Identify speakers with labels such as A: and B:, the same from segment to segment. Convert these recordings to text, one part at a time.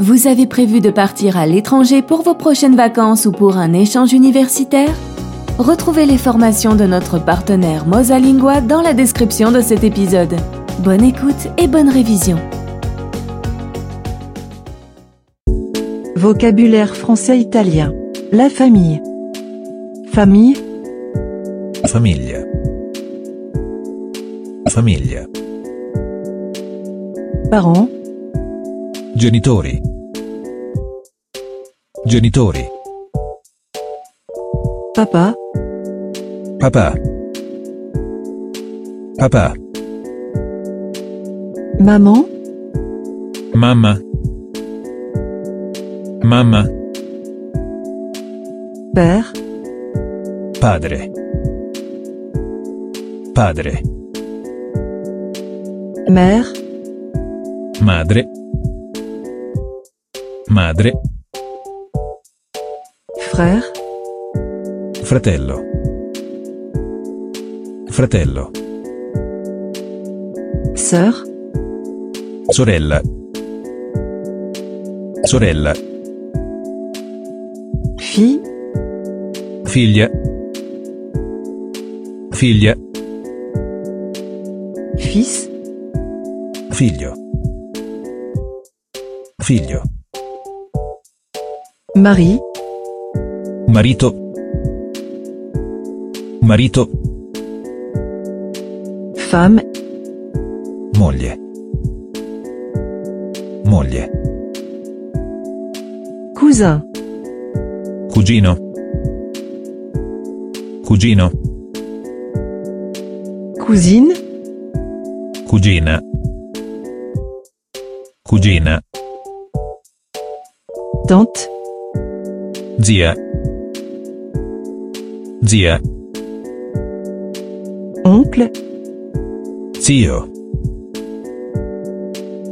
A: Vous avez prévu de partir à l'étranger pour vos prochaines vacances ou pour un échange universitaire Retrouvez les formations de notre partenaire Mosalingua dans la description de cet épisode. Bonne écoute et bonne révision.
B: Vocabulaire français-italien. La famille. Famille,
C: Famiglia. Famiglia.
B: parents,
C: Genitori. Genitori.
B: papa,
C: Papà. Papà.
B: maman,
C: Mamma. Mamma.
B: père,
C: Padre. Padre.
B: mère,
C: Madre. Madre.
B: frère,
C: Fratello. Fratello.
B: sœur,
C: Sorella. Sorella.
B: fille,
C: Figlia. Figlia.
B: fils,
C: Figlio. Figlio.
B: mari,
C: Marito. Marito.
B: femme,
C: Moglie. Moglie.
B: cousin,
C: Cugino. Cugino.
B: cousine,
C: Cugina. Cugina.
B: tante,
C: Zia. Zia.
B: oncle,
C: Zio.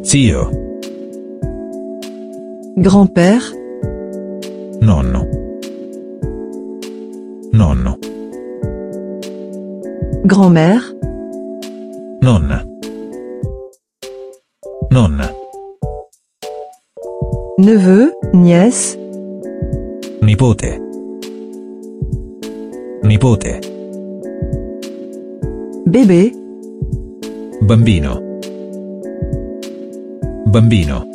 C: Zio.
B: grand-père,
C: Nonno. Nonno.
B: grand-mère,
C: Nonna. Nonna.
B: neveu, nièce,
C: Nipote. Nipote.
B: bébé,
C: Bambino. Bambino.